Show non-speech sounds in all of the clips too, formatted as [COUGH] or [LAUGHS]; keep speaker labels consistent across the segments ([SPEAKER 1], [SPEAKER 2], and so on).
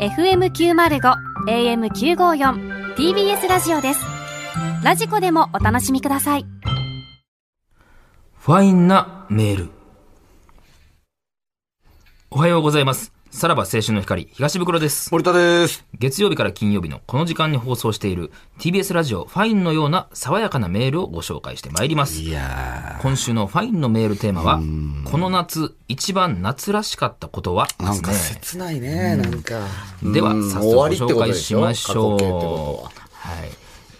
[SPEAKER 1] FM905 AM954 TBS ラジオですラジコでもお楽しみください
[SPEAKER 2] ファインなメール。おはようございます。さらば青春の光、東袋です。
[SPEAKER 3] 森田です。
[SPEAKER 2] 月曜日から金曜日のこの時間に放送している TBS ラジオファインのような爽やかなメールをご紹介してまいります。
[SPEAKER 3] いや
[SPEAKER 2] 今週のファインのメールテーマは、この夏、一番夏らしかったことは
[SPEAKER 3] ー、なん
[SPEAKER 2] で
[SPEAKER 3] か
[SPEAKER 2] すね。
[SPEAKER 3] 切ないね、なんか。
[SPEAKER 2] では、
[SPEAKER 3] うん
[SPEAKER 2] 早
[SPEAKER 3] 終わりって
[SPEAKER 2] 速ご紹
[SPEAKER 3] こと
[SPEAKER 2] 介
[SPEAKER 3] で
[SPEAKER 2] し
[SPEAKER 3] ょ
[SPEAKER 2] ましょ
[SPEAKER 3] 過去形ってこ
[SPEAKER 2] う。はい。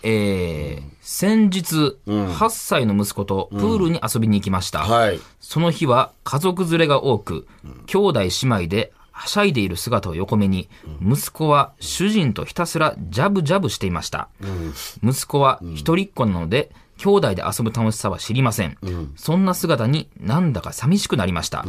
[SPEAKER 2] えー、先日、8歳の息子とプールに遊びに行きました。
[SPEAKER 3] とははい。
[SPEAKER 2] その日は家族連れが多く、兄弟姉妹ではしゃいでいる姿を横目に、息子は主人とひたすらジャブジャブしていました。息子は一人っ子なので、兄弟で遊ぶ楽しさは知りません。そんな姿になんだか寂しくなりました。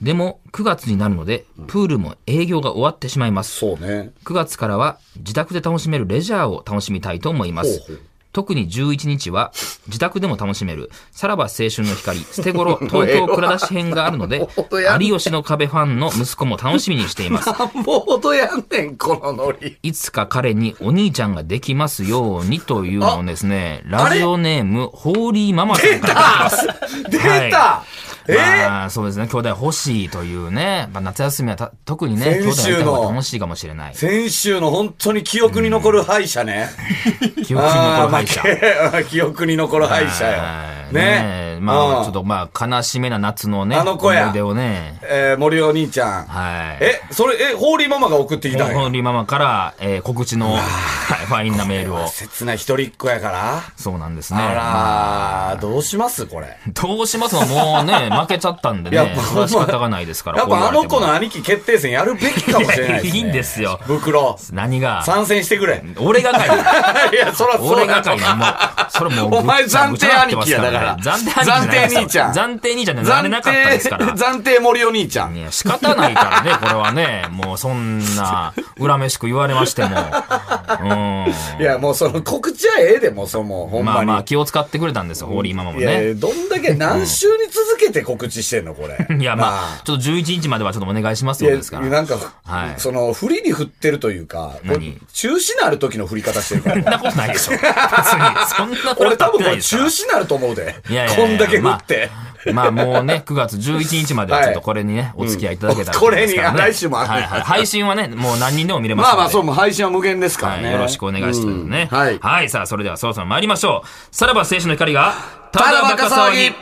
[SPEAKER 2] でも9月になるので、プールも営業が終わってしまいます。
[SPEAKER 3] そうね。
[SPEAKER 2] 9月からは自宅で楽しめるレジャーを楽しみたいと思います
[SPEAKER 3] ほうほう。
[SPEAKER 2] 特に11日は自宅でも楽しめるさらば青春の光捨て
[SPEAKER 3] [LAUGHS]
[SPEAKER 2] 頃東京蔵出し編があるので
[SPEAKER 3] 当やんね
[SPEAKER 2] 有吉の壁ファンの息子も楽しみにしてい
[SPEAKER 3] [LAUGHS]
[SPEAKER 2] ます。
[SPEAKER 3] もうほどやんねん、このノリ。
[SPEAKER 2] いつか彼にお兄ちゃんができますようにというのをですね、ラジオネームホーリーママさんから
[SPEAKER 3] 出
[SPEAKER 2] はい
[SPEAKER 3] た
[SPEAKER 2] [LAUGHS]
[SPEAKER 3] えー
[SPEAKER 2] まあ、そうですね、兄弟欲しいというね、まあ、夏休みはた特にね、兄
[SPEAKER 3] 先
[SPEAKER 2] 弟
[SPEAKER 3] 週の
[SPEAKER 2] がいた方が楽しいかもしれない。
[SPEAKER 3] 先週の本当に記憶に残る敗者ね。
[SPEAKER 2] 記憶に残る敗者。
[SPEAKER 3] [LAUGHS] あー記憶に残る敗者
[SPEAKER 2] は
[SPEAKER 3] よ。
[SPEAKER 2] い
[SPEAKER 3] ね
[SPEAKER 2] え。ま
[SPEAKER 3] う
[SPEAKER 2] あ、
[SPEAKER 3] ん
[SPEAKER 2] ちょっとまあ、悲しめな夏のね、
[SPEAKER 3] あの子や
[SPEAKER 2] 思い出をね、
[SPEAKER 3] えー森お兄ちゃん。
[SPEAKER 2] はい。
[SPEAKER 3] え、それ、え、ホーリーママが送ってきたん
[SPEAKER 2] ホ
[SPEAKER 3] や
[SPEAKER 2] ーリーママから、えー告知の、はいファインなメールを。
[SPEAKER 3] 切ない一人っ子やから。
[SPEAKER 2] そうなんですね。
[SPEAKER 3] あらー、どうしますこれ。
[SPEAKER 2] どうしますかもうね、負けちゃったんでね、
[SPEAKER 3] やっぱ
[SPEAKER 2] それは仕方がないですから。
[SPEAKER 3] やっぱあの子の
[SPEAKER 2] こ
[SPEAKER 3] 兄貴決定戦やるべきかもし
[SPEAKER 2] う言
[SPEAKER 3] れ
[SPEAKER 2] わ
[SPEAKER 3] な
[SPEAKER 2] れても
[SPEAKER 3] いです、
[SPEAKER 2] [LAUGHS] い
[SPEAKER 3] ね。
[SPEAKER 2] いんですよ。
[SPEAKER 3] 袋、
[SPEAKER 2] 何が。
[SPEAKER 3] 参戦してくれ。
[SPEAKER 2] 俺がかい。
[SPEAKER 3] いや、そらそう
[SPEAKER 2] 俺
[SPEAKER 3] や
[SPEAKER 2] がかいな、もう。それもう、
[SPEAKER 3] お前
[SPEAKER 2] ぐっちゃぐちゃになってます
[SPEAKER 3] 暫定兄貴やだから
[SPEAKER 2] 暫定兄貴じゃないですよ
[SPEAKER 3] 暫定兄ちゃん
[SPEAKER 2] 暫定兄ちゃんじゃなれ
[SPEAKER 3] 暫
[SPEAKER 2] なかったですから
[SPEAKER 3] 定、。暫定森お兄ちゃん。
[SPEAKER 2] いや仕方ないからね、これはね。もうそんな、恨めしく言われましても。うん。
[SPEAKER 3] いや、もうその告知はええで、もうその、もうほん
[SPEAKER 2] ま
[SPEAKER 3] ま
[SPEAKER 2] あ
[SPEAKER 3] に。
[SPEAKER 2] まあ気を使ってくれたんですよ、ホーリーママも
[SPEAKER 3] いやい
[SPEAKER 2] ね。
[SPEAKER 3] や、どんだけ何週に続けて告知してんの、こ
[SPEAKER 2] [LAUGHS]
[SPEAKER 3] れ。
[SPEAKER 2] いやまあ、ちょっと11日まではちょっとお願いします
[SPEAKER 3] い
[SPEAKER 2] よ
[SPEAKER 3] や、
[SPEAKER 2] ですから。
[SPEAKER 3] なんか、
[SPEAKER 2] はい
[SPEAKER 3] その、振りに振ってるというか、これ
[SPEAKER 2] 何
[SPEAKER 3] 中止なる時の振り方し
[SPEAKER 2] [LAUGHS]
[SPEAKER 3] てるか
[SPEAKER 2] そん
[SPEAKER 3] ら。
[SPEAKER 2] なことないでしょ。別に。そんなこと
[SPEAKER 3] 俺多
[SPEAKER 2] って
[SPEAKER 3] 分こ
[SPEAKER 2] ない
[SPEAKER 3] れ
[SPEAKER 2] です
[SPEAKER 3] 中
[SPEAKER 2] から。
[SPEAKER 3] 止なると思うで。
[SPEAKER 2] いやいやいや
[SPEAKER 3] こんだけ振って。
[SPEAKER 2] まあもうね、9月11日まではちょっとこれにね、お付き合いいただけたらと思いますから
[SPEAKER 3] うんこ
[SPEAKER 2] ね
[SPEAKER 3] れに来週もある
[SPEAKER 2] はいはい。配信はね、もう何人でも見れます
[SPEAKER 3] ま
[SPEAKER 2] か
[SPEAKER 3] あ
[SPEAKER 2] ら
[SPEAKER 3] まあ、そう、もう配信は無限ですから
[SPEAKER 2] はい、
[SPEAKER 3] ね。
[SPEAKER 2] よろしくお願いします
[SPEAKER 3] うん
[SPEAKER 2] ね、
[SPEAKER 3] はい。
[SPEAKER 2] さあ、それではそろそろ参りましょう。さらば青春の光が、
[SPEAKER 3] ただバカ騒ぎ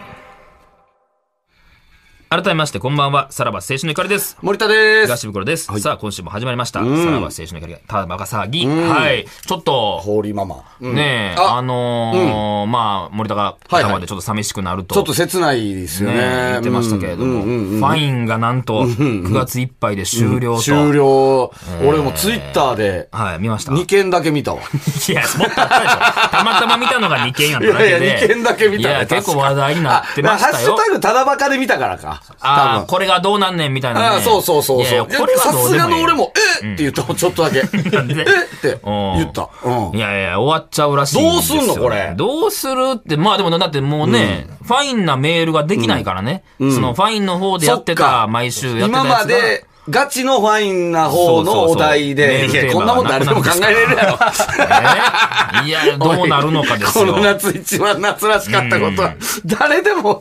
[SPEAKER 2] 改めまして、こんばんは。さらば青春の光です。
[SPEAKER 3] 森田です。
[SPEAKER 2] 東袋です、さあ、今週も始まりました。さらば青春の光が、ただバカ騒ぎ。はい。ちょっと、
[SPEAKER 3] ホーリーママ。うん
[SPEAKER 2] ねえ、
[SPEAKER 3] あ
[SPEAKER 2] あのーまあ、森田が、
[SPEAKER 3] はい
[SPEAKER 2] 頭でちょっと寂しくなると。
[SPEAKER 3] ちょっと切ないですよ
[SPEAKER 2] ね
[SPEAKER 3] ね。
[SPEAKER 2] 言ってましたけれども、
[SPEAKER 3] うんうんうん
[SPEAKER 2] ファインがなんと、9月いっぱいで終了と。
[SPEAKER 3] 終了。俺もツイッターで
[SPEAKER 2] はい、見ました。
[SPEAKER 3] 2件だけ見たわ。
[SPEAKER 2] いや、もっとあったでしょ。たまたま見たのが2件やっただけで。
[SPEAKER 3] いやいや二件だけ見た
[SPEAKER 2] い
[SPEAKER 3] ね
[SPEAKER 2] や、
[SPEAKER 3] 確か
[SPEAKER 2] 結構話題に [LAUGHS] な
[SPEAKER 3] あ
[SPEAKER 2] って、
[SPEAKER 3] まあ
[SPEAKER 2] ま
[SPEAKER 3] ハ
[SPEAKER 2] し
[SPEAKER 3] ッ
[SPEAKER 2] た
[SPEAKER 3] シュ
[SPEAKER 2] よ。
[SPEAKER 3] タグただバカで見たからか。
[SPEAKER 2] ああ、
[SPEAKER 3] 多分。
[SPEAKER 2] これがどうなんねんみたいな
[SPEAKER 3] あ
[SPEAKER 2] ね。
[SPEAKER 3] あ、そうそうそ
[SPEAKER 2] い
[SPEAKER 3] う
[SPEAKER 2] やい
[SPEAKER 3] そ
[SPEAKER 2] や
[SPEAKER 3] う。いや
[SPEAKER 2] これは
[SPEAKER 3] さ
[SPEAKER 2] どう
[SPEAKER 3] す
[SPEAKER 2] でも
[SPEAKER 3] が
[SPEAKER 2] い
[SPEAKER 3] の
[SPEAKER 2] い。
[SPEAKER 3] 俺も、えって言ったもんちょ
[SPEAKER 2] [LAUGHS]
[SPEAKER 3] っとだけ。えっ
[SPEAKER 2] なんで
[SPEAKER 3] って
[SPEAKER 2] うん
[SPEAKER 3] 言った。うん
[SPEAKER 2] い。やいや、終わっちゃうらしいんですよ、
[SPEAKER 3] どうすんのこれ
[SPEAKER 2] どうするって、まあでもだってもうね、ファインなメールができないからね。そのファインの方でやって
[SPEAKER 3] そっか
[SPEAKER 2] た、毎週やってたや
[SPEAKER 3] 今
[SPEAKER 2] つが。
[SPEAKER 3] まで、ガチのファインな方のお題
[SPEAKER 2] そ
[SPEAKER 3] で、
[SPEAKER 2] うそうそう
[SPEAKER 3] いや、こんなもん誰でも考えれるやろ。
[SPEAKER 2] えーいや、どうなるのかです
[SPEAKER 3] [LAUGHS] こ
[SPEAKER 2] よ。
[SPEAKER 3] の夏一番夏らしかったことは、誰でも考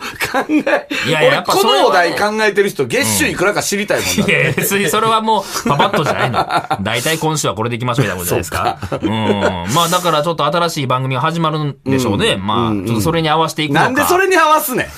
[SPEAKER 3] え、
[SPEAKER 2] いやいやや
[SPEAKER 3] 俺
[SPEAKER 2] っぱ
[SPEAKER 3] こ
[SPEAKER 2] それはね
[SPEAKER 3] のお題考えてる人、月収いくらか知りたいもんだ
[SPEAKER 2] いや、 [LAUGHS] 別にそれはもう、パパッとじゃないの。大体今週はこれでいきましょうみたいなことじゃないですか。うん。まあだからちょっと新しい番組が始まるんでしょうね。まあ、ちょっとそれに合わせていくのか。
[SPEAKER 3] なんでそれに合わすね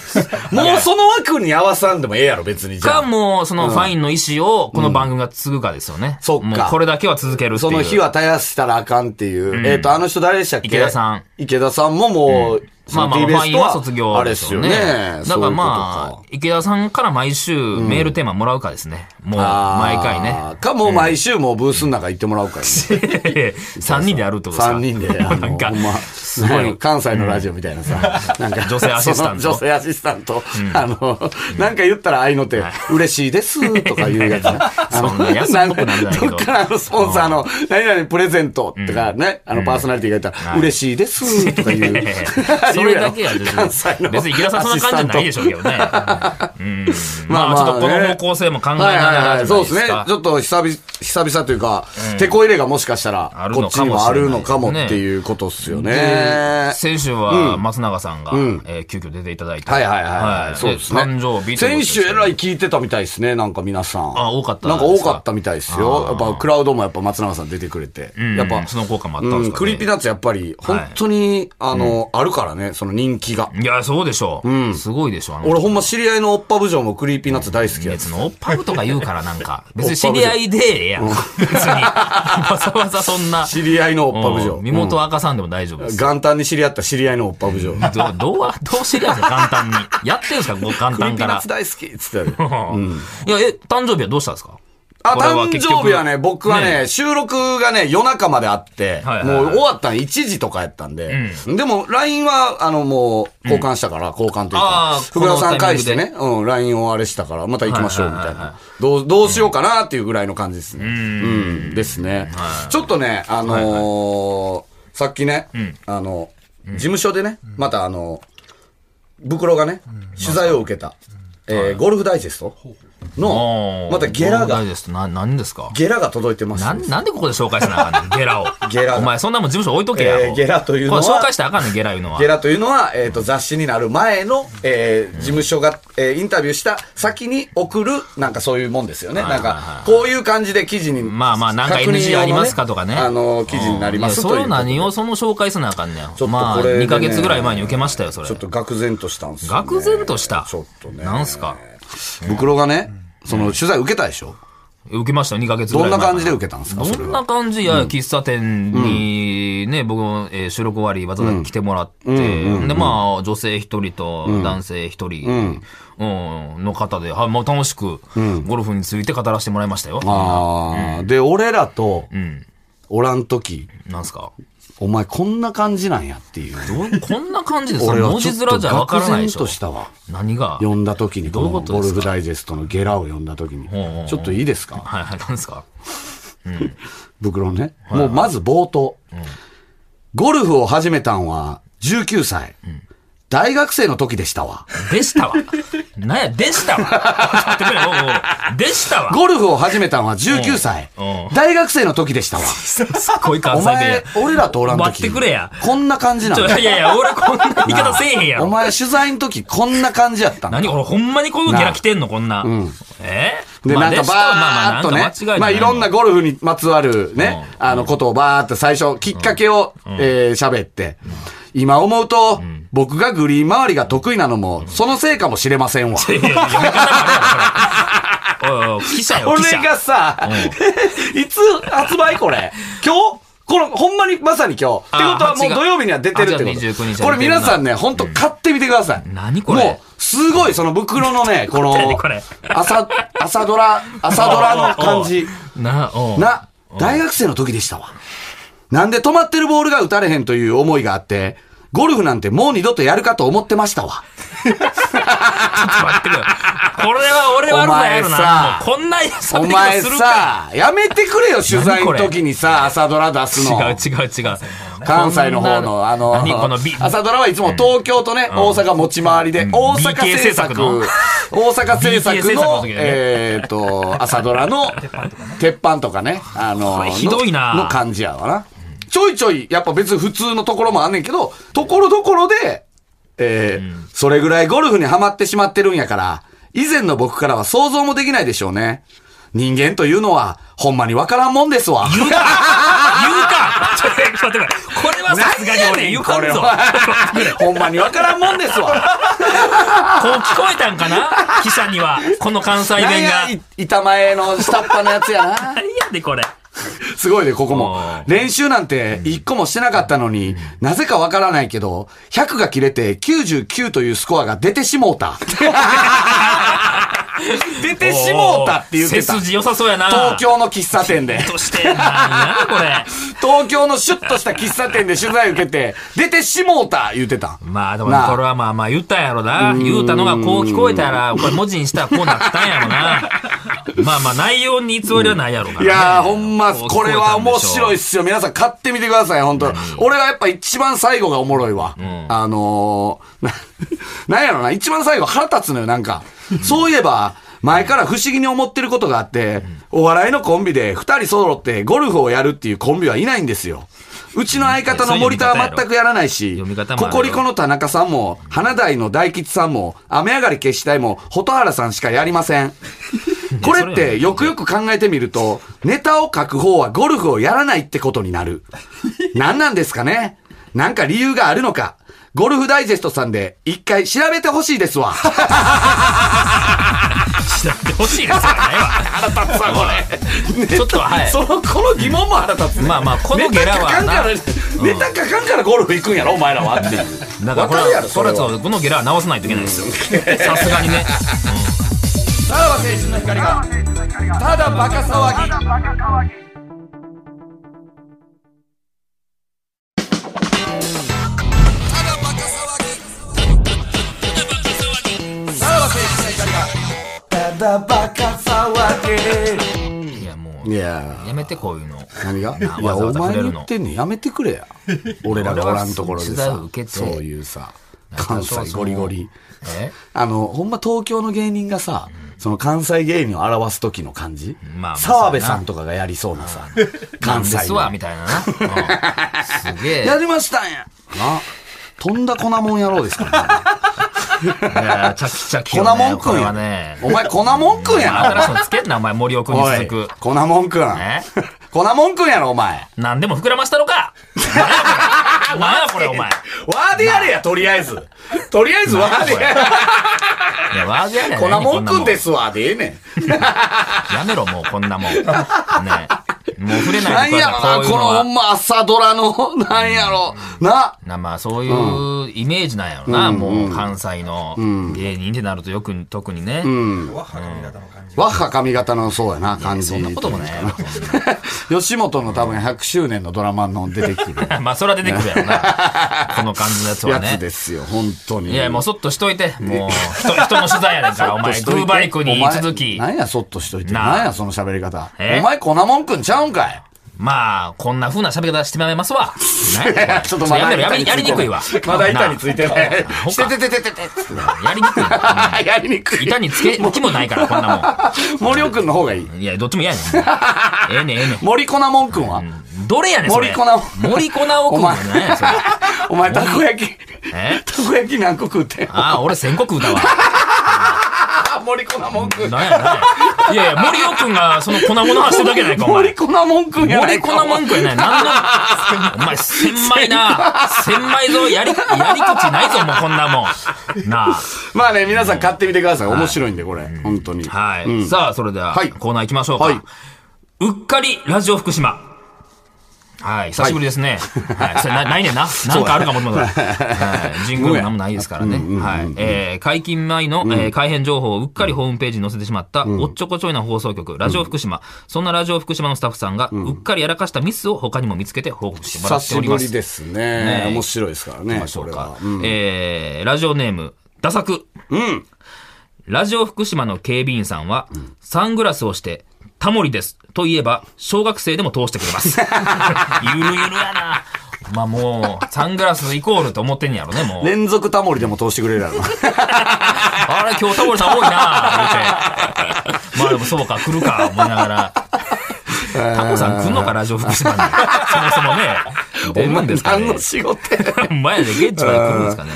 [SPEAKER 3] んもうその枠に合わさんでもええやろ、別にじゃ
[SPEAKER 2] か、
[SPEAKER 3] あ。
[SPEAKER 2] もう、そのファインの意思を、この番組が継ぐかですよね。
[SPEAKER 3] そっか
[SPEAKER 2] もうこれだけは続けるってい。
[SPEAKER 3] そうの日は絶やしたらあかんっていう。えっ、と、あの人誰でしたっけ
[SPEAKER 2] 池田さん。
[SPEAKER 3] 池田さんももう、そ
[SPEAKER 2] まあ
[SPEAKER 3] の
[SPEAKER 2] まあ、フ
[SPEAKER 3] TBS
[SPEAKER 2] ァインは卒業
[SPEAKER 3] あれ
[SPEAKER 2] で
[SPEAKER 3] ですす
[SPEAKER 2] よ
[SPEAKER 3] よ
[SPEAKER 2] ね。
[SPEAKER 3] ね。
[SPEAKER 2] だからまあ、池田さんから毎週メールテーマもらうかですね。もう、毎回
[SPEAKER 3] [LAUGHS]
[SPEAKER 2] ね。
[SPEAKER 3] ね。か、もう毎週もうブースの中行ってもらうから、ね。
[SPEAKER 2] 3人でやるってことですか
[SPEAKER 3] 3人で、あ
[SPEAKER 2] [LAUGHS] なん
[SPEAKER 3] の、
[SPEAKER 2] か
[SPEAKER 3] ほんま、
[SPEAKER 2] すごい
[SPEAKER 3] 関西のラジオみたいなさ、なんか、
[SPEAKER 2] 女性アシスタント
[SPEAKER 3] その女性アシスタント、あの、なんか言ったら愛の手、嬉しいです、とか言うやつ
[SPEAKER 2] [LAUGHS]
[SPEAKER 3] な。あの
[SPEAKER 2] そんな安っぽくなるんだけど。
[SPEAKER 3] んかどっからあの、スポンサーの、何々プレゼントとかね、あの、パーソナリティが言ったら、嬉しいです、とか [LAUGHS] 言う
[SPEAKER 2] [LAUGHS] それだけは
[SPEAKER 3] 言うやろ関西の。
[SPEAKER 2] 別に池田さんそんな感じじゃないでしょうけどね。うんまあ、ちょっとこの方向性も考えながら
[SPEAKER 3] はいはいはい。
[SPEAKER 2] じゃない
[SPEAKER 3] そ
[SPEAKER 2] うで
[SPEAKER 3] ですすね
[SPEAKER 2] か。
[SPEAKER 3] ちょっと久々久々というか、手こ入れがもしかした
[SPEAKER 2] あ
[SPEAKER 3] ら、
[SPEAKER 2] る
[SPEAKER 3] こ
[SPEAKER 2] の
[SPEAKER 3] っち
[SPEAKER 2] かもしれない
[SPEAKER 3] にもあるのかもっていうことっすよね。
[SPEAKER 2] 先週は松永さんが、えー急遽出ていただいて。
[SPEAKER 3] はいはいはいはい。そうですね。
[SPEAKER 2] 誕生日ということ
[SPEAKER 3] 選
[SPEAKER 2] です
[SPEAKER 3] 手えらい聞いてたみたいですね、なんか皆さん。
[SPEAKER 2] あ多かった
[SPEAKER 3] なんか
[SPEAKER 2] で
[SPEAKER 3] 多
[SPEAKER 2] すか
[SPEAKER 3] かったみたいですよ。やっぱクラウドもやっぱ松永さん出てくれて。
[SPEAKER 2] うん
[SPEAKER 3] やっぱ、
[SPEAKER 2] その効果もあったんです
[SPEAKER 3] うん、
[SPEAKER 2] かね
[SPEAKER 3] クリーピーナッツやっぱり、本当に、あの、あるからね、その人気が。
[SPEAKER 2] いや、そうでしょう。すごいでしょう。あの
[SPEAKER 3] 俺ほんま知り合いのオッパ部長もクリーピーナッツ大好きや
[SPEAKER 2] 別
[SPEAKER 3] つ。
[SPEAKER 2] のオッパブとか言うからなん
[SPEAKER 3] [LAUGHS]
[SPEAKER 2] か、別に知り合いでええやん。別に。わざわざそんな。
[SPEAKER 3] [LAUGHS] 知り合いのオッパ部長。
[SPEAKER 2] うん身元明かさんでも大丈夫です。
[SPEAKER 3] 元旦に知り合った知り合いのオッパ部長。ク
[SPEAKER 2] どどうは、どう知り合うんですか、簡単に。やってるんですか、もう簡
[SPEAKER 3] リー
[SPEAKER 2] 単
[SPEAKER 3] ピー
[SPEAKER 2] か
[SPEAKER 3] ナッ
[SPEAKER 2] ら
[SPEAKER 3] ツ。大好きっつってたよ
[SPEAKER 2] うんいや、え、誕生日はどうしたんですか
[SPEAKER 3] あ、
[SPEAKER 2] これは
[SPEAKER 3] 誕
[SPEAKER 2] 結
[SPEAKER 3] 生
[SPEAKER 2] 局
[SPEAKER 3] 日はね、僕はね、収録がね、夜中まであって、
[SPEAKER 2] はいはいはい
[SPEAKER 3] もう終わったの1時とかやったんで、でも LINE は、あの、もう交換したから、交換という
[SPEAKER 2] あ
[SPEAKER 3] か
[SPEAKER 2] ー、
[SPEAKER 3] 福
[SPEAKER 2] この
[SPEAKER 3] 田さん
[SPEAKER 2] タイ
[SPEAKER 3] 返
[SPEAKER 2] ミング
[SPEAKER 3] し
[SPEAKER 2] で
[SPEAKER 3] てね、うん、LINE をあれしたから、また行きましょう、み
[SPEAKER 2] はい
[SPEAKER 3] たい
[SPEAKER 2] はいはいは
[SPEAKER 3] な。どう、どうしようかなっていうぐらいの感じですね。うん、ですね。ちょっとね、あのーさっきね、あの、事務所でね、またあの、袋がね、取材を受けた、えーゴルフダイジェストの、またゲラが
[SPEAKER 2] 大、ですな、何ですか
[SPEAKER 3] ゲラが届いてます。
[SPEAKER 2] なん、なんでここで紹介しなあ
[SPEAKER 3] [LAUGHS]
[SPEAKER 2] かんねん、ゲラを。
[SPEAKER 3] ゲラが
[SPEAKER 2] お前、そんなもん事務所置いとけや。
[SPEAKER 3] えーゲラというのは
[SPEAKER 2] これ紹介したらあかんねん、ゲラいうのは。
[SPEAKER 3] ゲラというのは、えっ、と、雑誌になる前の、えー事務所が、えーインタビューした先に送る、なんかそういうもんですよね。
[SPEAKER 2] いは
[SPEAKER 3] ないん
[SPEAKER 2] はい
[SPEAKER 3] か、こういう感じで記事に、
[SPEAKER 2] まあまあ、なんか
[SPEAKER 3] 確認用
[SPEAKER 2] NG
[SPEAKER 3] のね
[SPEAKER 2] ありますかとかね。
[SPEAKER 3] あの、記事になります
[SPEAKER 2] うんい
[SPEAKER 3] と
[SPEAKER 2] やそうれ
[SPEAKER 3] いことで
[SPEAKER 2] 何をその紹介すなあかんね
[SPEAKER 3] と
[SPEAKER 2] ん。
[SPEAKER 3] これ
[SPEAKER 2] まあ、
[SPEAKER 3] でね
[SPEAKER 2] 2ヶ月ぐらい前に受けましたよ、それ
[SPEAKER 3] ちょ。っと愕然としたんですよ、ね。
[SPEAKER 2] 愕然とした。
[SPEAKER 3] ちょっとね。
[SPEAKER 2] なんすか
[SPEAKER 3] 袋がね、その、取材受けたでしょ
[SPEAKER 2] 受けましたよ、2ヶ月ぐ
[SPEAKER 3] ど
[SPEAKER 2] ら
[SPEAKER 3] ん
[SPEAKER 2] い前
[SPEAKER 3] な感じで受けたんですかそ
[SPEAKER 2] ど
[SPEAKER 3] れ
[SPEAKER 2] ん
[SPEAKER 3] は。
[SPEAKER 2] な感じや、喫茶店にね、僕も、えー収録終わり、わざわざ来てもらって、で、まあ、女性一人と男性一人、うんの方で、はい、もう楽しく、ゴルフについて語らせてもらいましたよ。
[SPEAKER 3] ああ、で、俺らと、
[SPEAKER 2] うん。
[SPEAKER 3] おらんとき、
[SPEAKER 2] なんすか
[SPEAKER 3] お前こんな感じなんやっていう。
[SPEAKER 2] どうこんな感じでさ、
[SPEAKER 3] [LAUGHS] 俺
[SPEAKER 2] 文
[SPEAKER 3] はち
[SPEAKER 2] 字面
[SPEAKER 3] ょっと
[SPEAKER 2] じゃわからないで
[SPEAKER 3] 愕然
[SPEAKER 2] しょ
[SPEAKER 3] と。したわ。
[SPEAKER 2] 何が
[SPEAKER 3] 読んだ時に、
[SPEAKER 2] ど
[SPEAKER 3] こ
[SPEAKER 2] うい
[SPEAKER 3] の
[SPEAKER 2] うこと
[SPEAKER 3] ゴ
[SPEAKER 2] で
[SPEAKER 3] ル
[SPEAKER 2] すか
[SPEAKER 3] フダイジェストのゲラを読んだ時に
[SPEAKER 2] んうんうん、
[SPEAKER 3] ちょっといいですか
[SPEAKER 2] はいはい、なんですか
[SPEAKER 3] 袋ね。もうまず冒頭。ゴルフを始めたんは19歳。大学生の時でしたわ。
[SPEAKER 2] でしたわ。なんや、でしたわ。ちょっと待っておうおうでしたわ。
[SPEAKER 3] ゴルフを始めたんは19歳
[SPEAKER 2] うんう。ん
[SPEAKER 3] 大学生の時でしたわ。
[SPEAKER 2] すごい関
[SPEAKER 3] お
[SPEAKER 2] 西弁や
[SPEAKER 3] 前、俺らとおらん時。
[SPEAKER 2] 待ってくれや
[SPEAKER 3] こんな感じな
[SPEAKER 2] ち
[SPEAKER 3] の
[SPEAKER 2] ょ。いやいや、俺こんな言い方せえへんや
[SPEAKER 3] お
[SPEAKER 2] ろ。
[SPEAKER 3] 前取材の時こんな感じやったんだ
[SPEAKER 2] 何俺ほんまにこういうゲラ来てんのこんな。え
[SPEAKER 3] で、
[SPEAKER 2] まあ
[SPEAKER 3] なんか
[SPEAKER 2] したらま
[SPEAKER 3] バー
[SPEAKER 2] あ
[SPEAKER 3] っと
[SPEAKER 2] まあ
[SPEAKER 3] ね
[SPEAKER 2] なんか間違、い
[SPEAKER 3] まあ
[SPEAKER 2] じゃ
[SPEAKER 3] いろんな
[SPEAKER 2] の
[SPEAKER 3] ゴルフにまつわるね、あのことをバーって最初、きっかけをえー喋って、今思うと、僕がグリーン周りが得意なのも、そのせいかもしれませんわ。
[SPEAKER 2] いやいや読み方もあるやろそれおいおい記者よ、記
[SPEAKER 3] [LAUGHS] 俺
[SPEAKER 2] 者。
[SPEAKER 3] がさ、 [LAUGHS] いつ発売これ今日この、ほんまにまさに今日。ってことはもう土曜日には出てるって
[SPEAKER 2] あじゃあ29日には出て
[SPEAKER 3] こ
[SPEAKER 2] る
[SPEAKER 3] と。
[SPEAKER 2] な
[SPEAKER 3] これ皆さんね、ほんと買ってみてください。
[SPEAKER 2] 何これ
[SPEAKER 3] もう、すごい、その袋のね、この
[SPEAKER 2] [LAUGHS] 何これ、
[SPEAKER 3] 朝、朝ドラ、朝ドラの
[SPEAKER 2] [LAUGHS]
[SPEAKER 3] 感じ。
[SPEAKER 2] な、おう
[SPEAKER 3] な、大学生の時でしたわ。なんで止まってるボールが打たれへんという思いがあって、ゴルフなんてもう二度とやるかと思ってましたわ。
[SPEAKER 2] ちょっと待ってくれよ。これは俺悪だやろな。も
[SPEAKER 3] お前さ
[SPEAKER 2] うこんな遊
[SPEAKER 3] お
[SPEAKER 2] び方
[SPEAKER 3] 前
[SPEAKER 2] するか。
[SPEAKER 3] さ、やめてくれよ、取材の時にさ、朝ドラ出す
[SPEAKER 2] 違う
[SPEAKER 3] の。
[SPEAKER 2] 違う違う。
[SPEAKER 3] [LAUGHS] 関西の方の、あの、
[SPEAKER 2] 何このビ、
[SPEAKER 3] 朝ドラはいつも東京とね、大阪持ち回りで、大阪
[SPEAKER 2] BK
[SPEAKER 3] 制
[SPEAKER 2] 制作
[SPEAKER 3] 作
[SPEAKER 2] の、
[SPEAKER 3] 大阪制作
[SPEAKER 2] BK 制作の
[SPEAKER 3] の
[SPEAKER 2] 時、だよね
[SPEAKER 3] えっと、朝ドラの、鉄板とかね、あの、
[SPEAKER 2] これひどいな
[SPEAKER 3] のの感じやわな。ちょいちょい、やっぱ別に普通のところもあんねんけど、ところどころで、えーそれぐらいゴルフにはまってしまってるんやから、以前の僕からは想像もできないでしょうね。人間というのは、ほんまにわからんもんですわ。
[SPEAKER 2] 言うか言うか [LAUGHS] ちょっと待ってくれ。これはさすがに俺言うかん
[SPEAKER 3] れ
[SPEAKER 2] ぞ。
[SPEAKER 3] は。 [LAUGHS] ほんまにわからんもんです [LAUGHS] わ。
[SPEAKER 2] こう聞こえたんかな記者には。この関西
[SPEAKER 3] なん
[SPEAKER 2] 弁が。
[SPEAKER 3] や、い板前の下っ端のやつやな。
[SPEAKER 2] 何やでこれ。
[SPEAKER 3] すごいね、ここ
[SPEAKER 2] お
[SPEAKER 3] も
[SPEAKER 2] ー。
[SPEAKER 3] 練習なんて一個もしてなかったのに、なぜかわからないけど、100が切れて99というスコアが出てしもうた。 [LAUGHS] 出てしもうたって言ってた
[SPEAKER 2] 背。筋良さそうやな。
[SPEAKER 3] 東京の喫茶店で。
[SPEAKER 2] として、なんやこれ。
[SPEAKER 3] 東京のシュッとした喫茶店で取材受けて、出てしもうた言ってた。
[SPEAKER 2] まあでも
[SPEAKER 3] なあ
[SPEAKER 2] これはまあまあ言ったんやろな。言うたのがこう聞こえたら、これ文字にしたらこうなったんやろな。
[SPEAKER 3] [LAUGHS]
[SPEAKER 2] まあまあ内容に偽りはないやろうから
[SPEAKER 3] い
[SPEAKER 2] ね
[SPEAKER 3] やー、ほんま、
[SPEAKER 2] こう聞
[SPEAKER 3] こ
[SPEAKER 2] え
[SPEAKER 3] れは
[SPEAKER 2] たんでしょう
[SPEAKER 3] 面白いっすよ。皆さん買ってみてください、本当俺はやっぱ一番最後がおもろいわ。あ [LAUGHS] のー、な、なんやろな、一番最後腹立つのよ、なんか。そういえば、前から不思議に思ってることがあって、お笑いのコンビで2人揃ってゴルフをやるっていうコンビはいないんですよ。うちの相方の森田は全くやらないし
[SPEAKER 2] 読み、方もあ
[SPEAKER 3] コ
[SPEAKER 2] るよ
[SPEAKER 3] コリコの田中さんも、花大の大吉さんも、雨上がり決死隊も、蛍原さんしかやりません。これってよくよく考えてみると、ネタを書く方はゴルフをやらないってことにな
[SPEAKER 2] [LAUGHS]
[SPEAKER 3] る。何なんですかねなんか理由があるのか。ゴルフダイジェストさんで一回調べてほしいで
[SPEAKER 2] [LAUGHS]
[SPEAKER 3] すわ。
[SPEAKER 2] しなくてほしいですからね
[SPEAKER 3] 腹立つわ、これ。
[SPEAKER 2] ちょっとはい
[SPEAKER 3] [LAUGHS] その、この疑問も腹立つね。
[SPEAKER 2] まあまあこのゲラはな
[SPEAKER 3] ネタ書かんから、ネタ書かんからゴルフ行くんやろ、お前らはっていう。
[SPEAKER 2] だからこれ
[SPEAKER 3] わかるや
[SPEAKER 2] は
[SPEAKER 3] ろ
[SPEAKER 2] こ
[SPEAKER 3] それ
[SPEAKER 2] れ
[SPEAKER 3] は
[SPEAKER 2] はこのゲラは直さないといけない
[SPEAKER 3] [LAUGHS]
[SPEAKER 2] ですよさすがにね
[SPEAKER 3] さらば青春の光が、ただバカ騒ぎ。
[SPEAKER 2] いやも
[SPEAKER 3] いうや
[SPEAKER 2] やめてこういうの
[SPEAKER 3] 何が
[SPEAKER 2] ない
[SPEAKER 3] や
[SPEAKER 2] わざ
[SPEAKER 3] お
[SPEAKER 2] わざ触
[SPEAKER 3] 前
[SPEAKER 2] れ
[SPEAKER 3] に
[SPEAKER 2] る
[SPEAKER 3] 言
[SPEAKER 2] の
[SPEAKER 3] ってんねんやめてくれや俺らがおらんところで
[SPEAKER 2] 取材
[SPEAKER 3] さ
[SPEAKER 2] を受けて
[SPEAKER 3] そういうさ
[SPEAKER 2] か
[SPEAKER 3] 関
[SPEAKER 2] そう
[SPEAKER 3] 西
[SPEAKER 2] その
[SPEAKER 3] ゴリゴリ
[SPEAKER 2] え
[SPEAKER 3] あのほんま東京の芸人がさ、その関西芸人を表す時の感じ、
[SPEAKER 2] まあまあ
[SPEAKER 3] 澤部さんとかがやりそうなさ関
[SPEAKER 2] で
[SPEAKER 3] 西
[SPEAKER 2] す
[SPEAKER 3] の
[SPEAKER 2] わみたいななうんすげえ
[SPEAKER 3] やりましたんやな飛んだ粉もん野郎ですから、ね、
[SPEAKER 2] いやチャキチャキ
[SPEAKER 3] [LAUGHS] 粉
[SPEAKER 2] よ
[SPEAKER 3] も
[SPEAKER 2] ね
[SPEAKER 3] んく
[SPEAKER 2] こ
[SPEAKER 3] ん
[SPEAKER 2] れ
[SPEAKER 3] や、
[SPEAKER 2] はね
[SPEAKER 3] お前粉もんくんや
[SPEAKER 2] 新
[SPEAKER 3] な
[SPEAKER 2] しいのつけんなお前森尾君に
[SPEAKER 3] おい
[SPEAKER 2] 続く
[SPEAKER 3] 粉もんくん
[SPEAKER 2] え
[SPEAKER 3] [LAUGHS] 粉もんくんやろお前
[SPEAKER 2] 何でも膨らましたの
[SPEAKER 3] [LAUGHS]
[SPEAKER 2] かなんやこれお前
[SPEAKER 3] ワーでやれやとりあえずとりあえずワーでやれ
[SPEAKER 2] いやワードやね
[SPEAKER 3] 粉もんくんですすわ、でええねん。
[SPEAKER 2] やめろもうこんなもんねもう触れな
[SPEAKER 3] ないん
[SPEAKER 2] でくだ
[SPEAKER 3] や
[SPEAKER 2] さいこう
[SPEAKER 3] ろな、こ
[SPEAKER 2] いう
[SPEAKER 3] の
[SPEAKER 2] の
[SPEAKER 3] ほ
[SPEAKER 2] は
[SPEAKER 3] んま朝ドラの、 [LAUGHS] なんやろ。な、
[SPEAKER 2] なまあそういうイメージなんやろな、もう関西の芸人ってなるとよく特にね、
[SPEAKER 3] 和派髪型のそうやな、感じ。
[SPEAKER 2] そんなこともないやろ
[SPEAKER 3] [LAUGHS] 吉本の多分100周年のドラマの出
[SPEAKER 2] [LAUGHS]
[SPEAKER 3] てきてる
[SPEAKER 2] まあそれは出てくるや
[SPEAKER 3] [LAUGHS]
[SPEAKER 2] ろなこの感じのやつは
[SPEAKER 3] やつ
[SPEAKER 2] ね
[SPEAKER 3] ですよ、本当に。
[SPEAKER 2] いやもうそっとしといてもう人人の取材やねんからお
[SPEAKER 3] [LAUGHS]
[SPEAKER 2] 前
[SPEAKER 3] し
[SPEAKER 2] グ
[SPEAKER 3] といて
[SPEAKER 2] ーバイクに
[SPEAKER 3] お前
[SPEAKER 2] 続き
[SPEAKER 3] なんや、そっとしといて。
[SPEAKER 2] なあ
[SPEAKER 3] なんや、その喋り方。
[SPEAKER 2] え
[SPEAKER 3] お前、粉もんくんちゃうんかい。
[SPEAKER 2] まあこんな風な喋り方してまいります
[SPEAKER 3] [LAUGHS]
[SPEAKER 2] わね
[SPEAKER 3] ちょっと
[SPEAKER 2] やめろ
[SPEAKER 3] 板
[SPEAKER 2] やめ
[SPEAKER 3] につ
[SPEAKER 2] やりにくいわ
[SPEAKER 3] [LAUGHS] まだ板についてない。
[SPEAKER 2] ほか
[SPEAKER 3] て
[SPEAKER 2] [LAUGHS]
[SPEAKER 3] ててててて。
[SPEAKER 2] やりにくいな
[SPEAKER 3] やりにくい。 [LAUGHS]
[SPEAKER 2] 板につけ気もないからこんな
[SPEAKER 3] 森尾くんの方がいい。 [LAUGHS]
[SPEAKER 2] もんいやどっちも嫌やねんええねんええねん
[SPEAKER 3] 森粉もんくんは
[SPEAKER 2] どれやねんそれ
[SPEAKER 3] 森粉を
[SPEAKER 2] 森粉を食うの何やそれ
[SPEAKER 3] [LAUGHS] お前、たこ焼き、
[SPEAKER 2] え
[SPEAKER 3] たこ焼き何個食うてん
[SPEAKER 2] ああ、俺全国歌わ。
[SPEAKER 3] あ、森粉もんくん。
[SPEAKER 2] なんやなんや。いやいや、森尾くんがその粉物発してるだけやないか、お前
[SPEAKER 3] 森。粉もんくんやな
[SPEAKER 2] 森
[SPEAKER 3] い
[SPEAKER 2] 粉文句やない。なんの、お前、千枚な。千枚ぞ、やり、やり口ないぞ、もうこんなもん。なあ。
[SPEAKER 3] まあね、皆さん買ってみてください。面白いんで、これ。本当に。
[SPEAKER 2] はい。
[SPEAKER 3] うん
[SPEAKER 2] さあ、それでは、
[SPEAKER 3] はい
[SPEAKER 2] コーナー行きましょうか。
[SPEAKER 3] はいう
[SPEAKER 2] っかりラジオ福島。はい、久しぶりですね。はい、それなないねん [LAUGHS] な。なんかあるかもと思ったら。はい、ジングルもなんもないですからね。はい。えー解禁前の、えー改編情報をうっかりホームページに載せてしまった、おっちょこちょいな放送局、ラジオ福島。そんなラジオ福島のスタッフさんが、うっかりやらかしたミスを他にも見つけて報告してもらって
[SPEAKER 3] 久
[SPEAKER 2] お
[SPEAKER 3] し
[SPEAKER 2] り
[SPEAKER 3] ぶ
[SPEAKER 2] ます
[SPEAKER 3] り。ですね
[SPEAKER 2] ね。
[SPEAKER 3] 面白いですから
[SPEAKER 2] 行き
[SPEAKER 3] ね
[SPEAKER 2] ま。しょ
[SPEAKER 3] こ
[SPEAKER 2] う
[SPEAKER 3] れ
[SPEAKER 2] か
[SPEAKER 3] は。。
[SPEAKER 2] えーラジオネーム、ダサク。
[SPEAKER 3] うん。
[SPEAKER 2] ラジオ福島の警備員さんは、サングラスをして、タモリです。と言えば、小学生でも通してくれ
[SPEAKER 3] [LAUGHS]
[SPEAKER 2] ます。ゆるゆるやな。まあもう、サングラスイコールと思ってんやろね、もう。
[SPEAKER 3] 連続タモリでも通してくれるやろ。
[SPEAKER 2] [LAUGHS] あれ、今日タモリさん多いな言うて。まあでもそうか、来るか、思いなが
[SPEAKER 3] [LAUGHS]
[SPEAKER 2] ら。タコさん来んのか、ラジオ福島に。そもそもね。出るんですかね
[SPEAKER 3] 何の仕事や
[SPEAKER 2] 前で現地まで来るんですかね。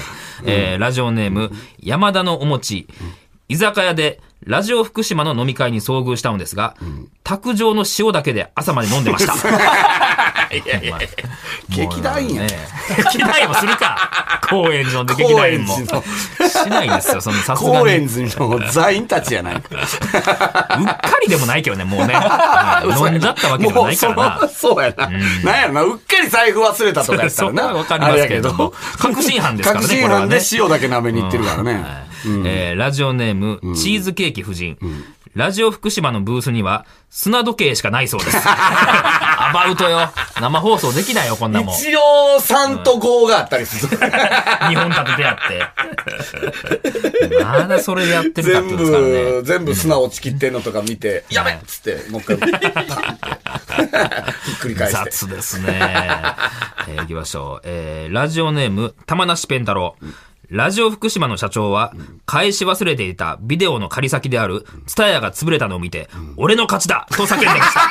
[SPEAKER 2] えーラジオネーム、山田のお餅。居酒屋で、ラジオ福島の飲み会に遭遇したのですが、卓上の塩だけで朝まで飲んでました。
[SPEAKER 3] [LAUGHS] 劇団員や
[SPEAKER 2] もうね劇団員もするか高円寺の劇
[SPEAKER 3] 高
[SPEAKER 2] 団員
[SPEAKER 3] 円
[SPEAKER 2] も。
[SPEAKER 3] 寺の、
[SPEAKER 2] しないですよ、そのさすが
[SPEAKER 3] 高
[SPEAKER 2] に。う
[SPEAKER 3] 円寺の座員たちやないか。
[SPEAKER 2] っかりでもないけどね、も
[SPEAKER 3] [LAUGHS]
[SPEAKER 2] うね。はい飲んじゃったわけでも
[SPEAKER 3] もう
[SPEAKER 2] ないか
[SPEAKER 3] そ
[SPEAKER 2] らな
[SPEAKER 3] の、。そうやな。なんやろな、うっかり財布忘れたとかやった
[SPEAKER 2] そ
[SPEAKER 3] ら
[SPEAKER 2] れは
[SPEAKER 3] な。
[SPEAKER 2] わかりますけれども
[SPEAKER 3] あれや。
[SPEAKER 2] 確信犯ですからね、
[SPEAKER 3] 確信
[SPEAKER 2] これは
[SPEAKER 3] 犯
[SPEAKER 2] ね
[SPEAKER 3] で。塩だけ舐めに行ってるからね。
[SPEAKER 2] えーラジオネーム、チーズケーキ夫人。ラジオ福島のブースには、砂時計しかないそう
[SPEAKER 3] [LAUGHS]
[SPEAKER 2] です。アバウトよ。生放送できないよ、こんなもん。
[SPEAKER 3] 一応3と5があったりする。
[SPEAKER 2] 日本立ててやって。まだそれやってるかってい
[SPEAKER 3] 全
[SPEAKER 2] うんですからね
[SPEAKER 3] 部、。全部砂落ちきってんのとか見て、やべっつって、もう一回、パンって、 [LAUGHS] ひっくり返して。
[SPEAKER 2] 雑
[SPEAKER 3] [LAUGHS]
[SPEAKER 2] ですね。えー行きましょう。えーラジオネーム、玉梨ペン太郎。ラジオ福島の社長は、返し忘れていたビデオの借り先である、ツタヤが潰れたのを見て、俺の勝ちだと叫んでま
[SPEAKER 3] [LAUGHS]
[SPEAKER 2] した。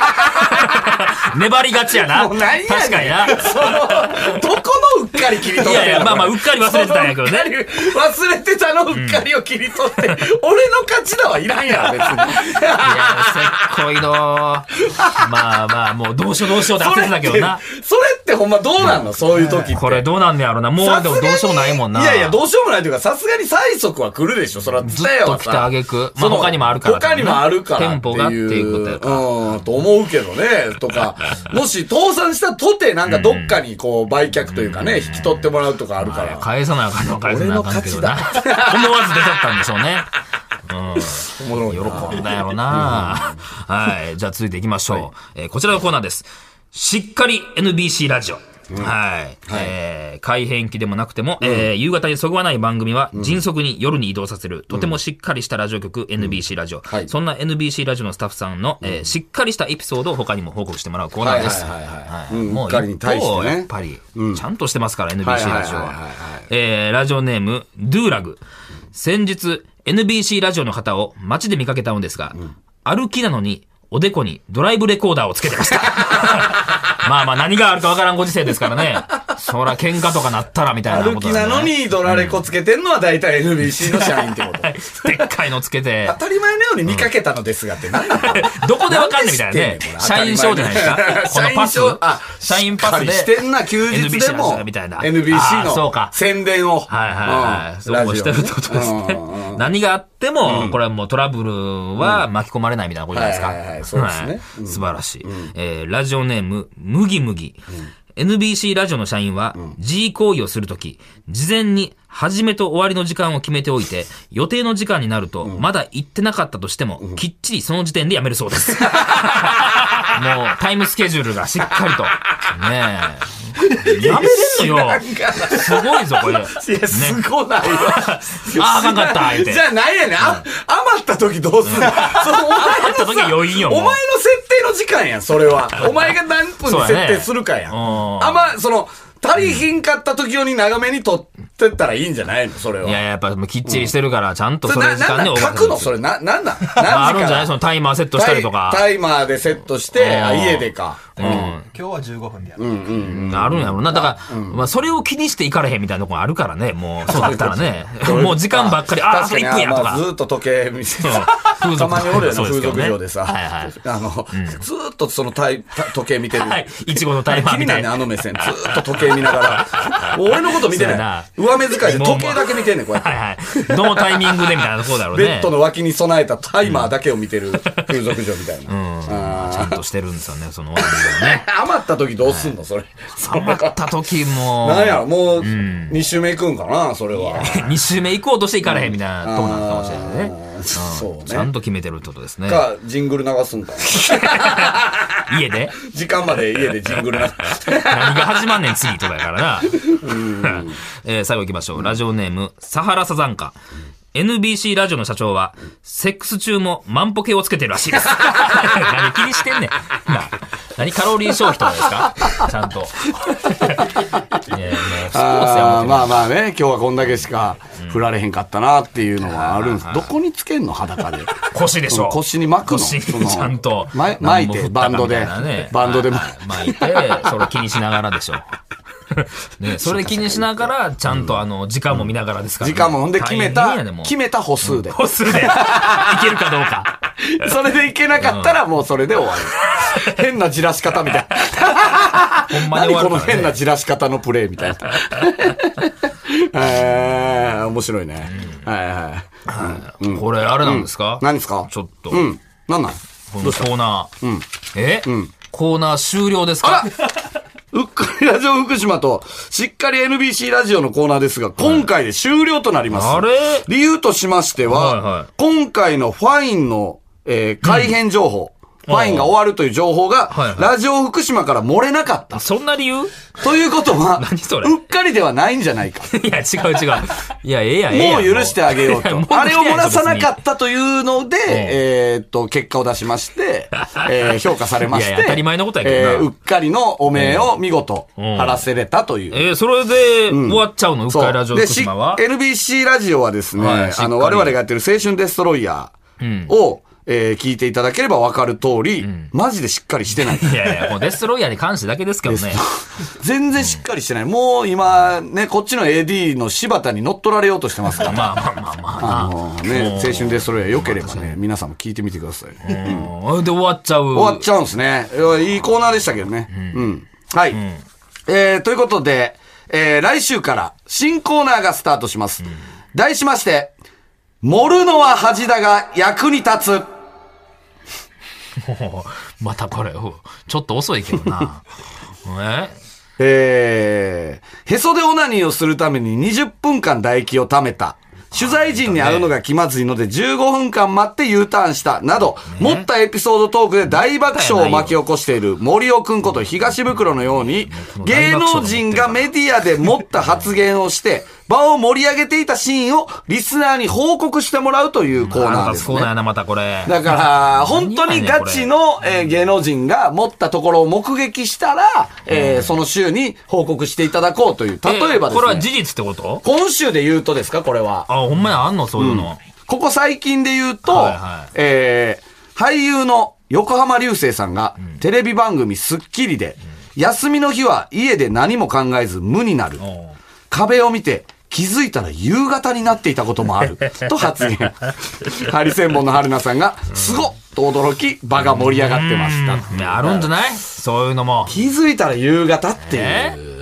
[SPEAKER 2] 粘りがちやな。
[SPEAKER 3] もう何やねん
[SPEAKER 2] 確かにな。
[SPEAKER 3] その、どこのうっかり切り取ってんの
[SPEAKER 2] いやいやまあまあうっかり忘れてたんやけどね
[SPEAKER 3] そのうっかり忘れてたのうっかりを切り取って、俺の勝ちだはいらんやろ、別に。
[SPEAKER 2] いや、せっこいのーまあまあ、もうどうしようどうしようって焦ってたけどな。
[SPEAKER 3] それって、それってほんまどうなんのそういう時って。
[SPEAKER 2] これどうなんねやろな。もう
[SPEAKER 3] さす
[SPEAKER 2] で
[SPEAKER 3] が
[SPEAKER 2] も
[SPEAKER 3] に
[SPEAKER 2] どうしようもないもんな。
[SPEAKER 3] いやいや、どうしようもないというか、さすがに催促は来るでしょ。そら、
[SPEAKER 2] ず
[SPEAKER 3] 伝え
[SPEAKER 2] っと
[SPEAKER 3] は
[SPEAKER 2] 来た
[SPEAKER 3] さ。
[SPEAKER 2] 挙句、ま
[SPEAKER 3] そ
[SPEAKER 2] あ
[SPEAKER 3] の
[SPEAKER 2] 他にもあるから、
[SPEAKER 3] 他にもあるから
[SPEAKER 2] 店舗がっていうことやから。
[SPEAKER 3] うん、と思うけどね、
[SPEAKER 2] [LAUGHS]
[SPEAKER 3] とか。もし倒産したとて、なんかどっかにこう、売却というかね、引き取ってもらうとかあるから。
[SPEAKER 2] 返さなあかんのは返さなあかんけどな
[SPEAKER 3] 俺
[SPEAKER 2] [LAUGHS]
[SPEAKER 3] の。
[SPEAKER 2] 思わず出ちゃったんでしょうね。
[SPEAKER 3] おもろいな
[SPEAKER 2] 喜んだやろな。はい。じゃあ続いていきましょう。えーこちらのコーナーです。しっかり NBC ラジオ。はい。えー改変期でもなくても、えー夕方にそぐわない番組は迅速に夜に移動させる、とてもしっかりしたラジオ局、NBC ラジオ、
[SPEAKER 3] はい
[SPEAKER 2] そんな NBC ラジオのスタッフさんの、えーしっかりしたエピソードを他にも報告してもらうコーナーです。
[SPEAKER 3] はいはいはいはい
[SPEAKER 2] はい
[SPEAKER 3] うん
[SPEAKER 2] もう
[SPEAKER 3] うっかりに対してね
[SPEAKER 2] 一方やっぱり、ちゃんとしてますから、NBC ラジオ
[SPEAKER 3] はいはいはい
[SPEAKER 2] は
[SPEAKER 3] はいはい。
[SPEAKER 2] えーラジオネーム、ドゥーラグ。先日、NBC ラジオの方を街で見かけたのですが、歩きなのに、おでこにドライブレコーダーをつけてま
[SPEAKER 3] [LAUGHS]
[SPEAKER 2] した。まあまあ、何があるかわからんご時世ですからね。そら、喧嘩とかなったらみたいな
[SPEAKER 3] 歩
[SPEAKER 2] こと
[SPEAKER 3] き
[SPEAKER 2] だ
[SPEAKER 3] な
[SPEAKER 2] ね
[SPEAKER 3] の。にドラレコつけてんのは大体 NBC の社員ってこと。
[SPEAKER 2] でっかいのつけて
[SPEAKER 3] [LAUGHS] 当、たり前のように見かけたのですがって何なの
[SPEAKER 2] どこでわかんねえみたいなね。社員証じゃないですか。このパス
[SPEAKER 3] [LAUGHS] 社員証あ、
[SPEAKER 2] 社員パスで。
[SPEAKER 3] しっかりしてんな、休日で
[SPEAKER 2] NBC の
[SPEAKER 3] も
[SPEAKER 2] 人みたいな。
[SPEAKER 3] NBC
[SPEAKER 2] あーそう
[SPEAKER 3] の
[SPEAKER 2] か。
[SPEAKER 3] 宣伝を。
[SPEAKER 2] はいはいはい。そうしてるってことです [LAUGHS] ね。何があっても、これはもうトラブルは巻き込まれないみたいなことじゃないですか。
[SPEAKER 3] はいはいはいそうですね
[SPEAKER 2] はい素晴らしい。えーラジオネーム、麦麦。NBC ラジオの社員は、G 行為をするとき、事前に始めと終わりの時間を決めておいて、予定の時間になると、まだ行ってなかったとしても、きっちりその時点でやめるそう
[SPEAKER 3] [LAUGHS]
[SPEAKER 2] です。もう、タイムスケジュールがしっかりと。ね
[SPEAKER 3] [LAUGHS]
[SPEAKER 2] え。やめれんのよ。すごいぞ、これ。
[SPEAKER 3] いや、すご
[SPEAKER 2] [LAUGHS]
[SPEAKER 3] ないよ。
[SPEAKER 2] あーあかんかった言うて
[SPEAKER 3] じゃあ、なんやねん。あ余った時どうすんのそのお前の
[SPEAKER 2] った時は余韻よ
[SPEAKER 3] お
[SPEAKER 2] もう
[SPEAKER 3] 前の設定の時間やん、それは。お前が何分に
[SPEAKER 2] そうや
[SPEAKER 3] 設
[SPEAKER 2] ね
[SPEAKER 3] 定するかやん。
[SPEAKER 2] うん
[SPEAKER 3] あんま、その、足りひんかった時用に長めに撮ってったらいいんじゃないのそれは。
[SPEAKER 2] いや、やっぱもうきっちりしてるから、ちゃんと
[SPEAKER 3] そ
[SPEAKER 2] そ
[SPEAKER 3] れ
[SPEAKER 2] れ
[SPEAKER 3] な、
[SPEAKER 2] 時間
[SPEAKER 3] なん
[SPEAKER 2] で
[SPEAKER 3] なん
[SPEAKER 2] 終わ
[SPEAKER 3] 書
[SPEAKER 2] らせ
[SPEAKER 3] く
[SPEAKER 2] る
[SPEAKER 3] のそれ、な、なんなん何時か
[SPEAKER 2] [LAUGHS] まあ、
[SPEAKER 3] ら
[SPEAKER 2] あるんじゃないそのタイマーセットしたりとか。
[SPEAKER 3] タイタイマーでセットして、あ家でか。
[SPEAKER 2] うん。
[SPEAKER 4] 今日は15分でやる。
[SPEAKER 2] あるんやろな。だから、まあ、それを気にしていかれへんみたいなとこあるからね、もう、そうだったら
[SPEAKER 3] [LAUGHS]
[SPEAKER 2] ね。もう時間ばっかり、あ、あと
[SPEAKER 3] 確
[SPEAKER 2] 1
[SPEAKER 3] か
[SPEAKER 2] 分
[SPEAKER 3] に
[SPEAKER 2] やとか
[SPEAKER 3] まあ。ずっと時計見せて
[SPEAKER 2] うん風俗
[SPEAKER 3] たまにおるよね、
[SPEAKER 2] そうで
[SPEAKER 3] 風
[SPEAKER 2] すけど
[SPEAKER 3] 俗
[SPEAKER 2] ね
[SPEAKER 3] 場でさ。
[SPEAKER 2] はいはい
[SPEAKER 3] あの、ずーっとそのタイタ時計見てる。
[SPEAKER 2] はい。いちごのタイマー
[SPEAKER 3] [LAUGHS] 気に
[SPEAKER 2] み
[SPEAKER 3] な
[SPEAKER 2] た
[SPEAKER 3] る
[SPEAKER 2] い
[SPEAKER 3] ね、
[SPEAKER 2] な。
[SPEAKER 3] あの目線。ずーっと時計見な
[SPEAKER 2] [LAUGHS]
[SPEAKER 3] がら。俺のこと見て
[SPEAKER 2] そうや
[SPEAKER 3] な。
[SPEAKER 2] ない
[SPEAKER 3] 上目遣いで時計だけ見てんねん、こうやって
[SPEAKER 2] はい。はい。どのタイミングでみたいなとこだろう
[SPEAKER 3] ベッ
[SPEAKER 2] ね。
[SPEAKER 3] ドの脇に備えたタイマーだけを見てる風俗嬢みたいな。あ
[SPEAKER 2] ちゃんとしてるんですよね、その割に
[SPEAKER 3] ー
[SPEAKER 2] は
[SPEAKER 3] [LAUGHS]
[SPEAKER 2] ね。
[SPEAKER 3] 余った時どうすんの、それ。
[SPEAKER 2] 余った時も。
[SPEAKER 3] なんやろ、もう、2周目行くんかな、それは。
[SPEAKER 2] [LAUGHS] 2周目行こうとしていかれへんみたいなとこなのかもしれないね。
[SPEAKER 3] あーそう
[SPEAKER 2] ちゃん
[SPEAKER 3] ね。
[SPEAKER 2] と決めてるってことですね。
[SPEAKER 3] か、ジングル流すんかな。
[SPEAKER 2] 家で
[SPEAKER 3] 時間まで家でジングル流す。
[SPEAKER 2] 何が始まんねん次とかやからな。 [LAUGHS] えー最後行きましょう。ラジオネーム、サハラサザンカ。NBC ラジオの社長は、セックス中も万歩計をつけてるらしいです。 [LAUGHS] 何気にしてんねん。なあ何カロリー消費とかですかちゃん
[SPEAKER 3] [LAUGHS]
[SPEAKER 2] と。いやもうスポーツやも
[SPEAKER 3] あー
[SPEAKER 2] ん
[SPEAKER 3] まあまあね、今日はこんだけしか振られへんかったなっていうのはあるんです。どこにつけんの裸で。
[SPEAKER 2] 腰でしょ。
[SPEAKER 3] 腰に巻くの
[SPEAKER 2] 腰に
[SPEAKER 3] その
[SPEAKER 2] ちゃんと。
[SPEAKER 3] ま巻いてバンドでバンドで
[SPEAKER 2] ま巻いて、それ気にしながらでしょ。ね、それ気にしながら、ちゃんとあの、時間も見ながらですからね、
[SPEAKER 3] 時間もほんで決
[SPEAKER 2] 大
[SPEAKER 3] め
[SPEAKER 2] 変
[SPEAKER 3] た、
[SPEAKER 2] やねもう
[SPEAKER 3] 決めた歩数で。
[SPEAKER 2] 歩数で、いけるかどうか。
[SPEAKER 3] それでいけなかったらもうそれで終わる。変なじらし方みた
[SPEAKER 2] [LAUGHS]
[SPEAKER 3] い。
[SPEAKER 2] ほんまに終
[SPEAKER 3] 何
[SPEAKER 2] わ
[SPEAKER 3] こ
[SPEAKER 2] るか
[SPEAKER 3] の
[SPEAKER 2] ら、ね。
[SPEAKER 3] 変なじらし方のプレイみたいな。
[SPEAKER 2] [LAUGHS]
[SPEAKER 3] えー、面白いね。はいはい。
[SPEAKER 2] これ、あれなんですか、
[SPEAKER 3] 何ですか
[SPEAKER 2] ちょっと、
[SPEAKER 3] うん。何なん
[SPEAKER 2] このコーナー。え、コーナー終了ですか
[SPEAKER 3] うっかりラジオ福島と、しっかり NBC ラジオのコーナーですが、今回で終了となります。
[SPEAKER 2] あれ
[SPEAKER 3] 理由としましては、
[SPEAKER 2] はいはい
[SPEAKER 3] 今回のファインの、えー改変情報、ファインが終わるという情報が
[SPEAKER 2] はいはい、
[SPEAKER 3] ラジオ福島から漏れなかった。
[SPEAKER 2] そんな理由 [LAUGHS] い
[SPEAKER 3] ということ
[SPEAKER 2] [LAUGHS]
[SPEAKER 3] は、
[SPEAKER 2] 何それ
[SPEAKER 3] うっかりではないんじゃないか。
[SPEAKER 2] や、違う違う。いや、ええやん、ええや
[SPEAKER 3] も
[SPEAKER 2] ん
[SPEAKER 3] う許してあげよう
[SPEAKER 2] いや
[SPEAKER 3] と
[SPEAKER 2] もう。
[SPEAKER 3] あれを漏らさなか
[SPEAKER 2] 別に
[SPEAKER 3] ったというので、えーっと、結果を出しまして、え
[SPEAKER 2] [LAUGHS]
[SPEAKER 3] ー評価されまし
[SPEAKER 2] い
[SPEAKER 3] て
[SPEAKER 2] やい、や当たり前のことやけどな
[SPEAKER 3] えーうっかりの汚名を見事、
[SPEAKER 2] うん
[SPEAKER 3] 晴らせれたという。
[SPEAKER 2] えーそれで終わっちゃうの、うっ
[SPEAKER 3] そう
[SPEAKER 2] かりラジオ
[SPEAKER 3] で
[SPEAKER 2] 福島は。
[SPEAKER 3] し NBC ラジオはですね、
[SPEAKER 2] はいしっかり
[SPEAKER 3] あの、我々がやってる青春デストロイヤーを、えー聞いていただければ分かる通り、マジでしっかりしてない。
[SPEAKER 2] いやいや、もうデストロイヤーに関してだけですけどね。
[SPEAKER 3] [LAUGHS] 全然しっかりしてない。もう今、ね、こっちの AD の柴田に乗っ取られようとしてますから。
[SPEAKER 2] まあまあまあま
[SPEAKER 3] [LAUGHS] あのね、青春デストロイヤー良ければね、皆さんも聞いてみてください。終
[SPEAKER 2] あ。うんで、終わっちゃう。
[SPEAKER 3] わっちゃうんですね。いやいいコーナーでしたけどね。うん。はい。えーということで、えー来週から新コーナーがスタートします。題しまして、盛るのは恥だが役に立つ。
[SPEAKER 2] もうまたこれ、うんちょっと遅いけどな。
[SPEAKER 3] [LAUGHS]
[SPEAKER 2] え
[SPEAKER 3] えーへそでオナニーをするために20分間唾液を貯めた。取材陣に会うのが気まずいので15分間待って U ターンした。など、持ったエピソードトークで大爆笑を巻き起こしている森尾くんこと東袋のように、芸能人がメディアで持った発言をして、場を盛り上げていたシーンをリスナーに報告してもらうというコーナー
[SPEAKER 2] 腹
[SPEAKER 3] で
[SPEAKER 2] 立つ
[SPEAKER 3] す
[SPEAKER 2] コーナー
[SPEAKER 3] ね。
[SPEAKER 2] やな、またこれ。
[SPEAKER 3] だから、本当にガチの、えー芸能人が持ったところを目撃したら、えーその週に報告していただこうという。
[SPEAKER 2] え、
[SPEAKER 3] 例えばで
[SPEAKER 2] これは
[SPEAKER 3] すね。
[SPEAKER 2] 事実ってこと
[SPEAKER 3] 今週で言うとですか、これは。
[SPEAKER 2] あ、ほんまや、あんのそういうの。
[SPEAKER 3] ここ最近で言うと、
[SPEAKER 2] はいはい
[SPEAKER 3] えー俳優の横浜流星さんが、テレビ番組スッキリで、休みの日は家で何も考えず無になる。
[SPEAKER 2] おう
[SPEAKER 3] 壁を見て、気づいたら夕方になっていたことも
[SPEAKER 2] [LAUGHS]
[SPEAKER 3] ある。と発言。ハリセンボンの春菜さんが、すごっと驚き、場が盛り上がってました。
[SPEAKER 2] いやあるんじゃないそういうのも。
[SPEAKER 3] 気づいたら夕方っていう。ね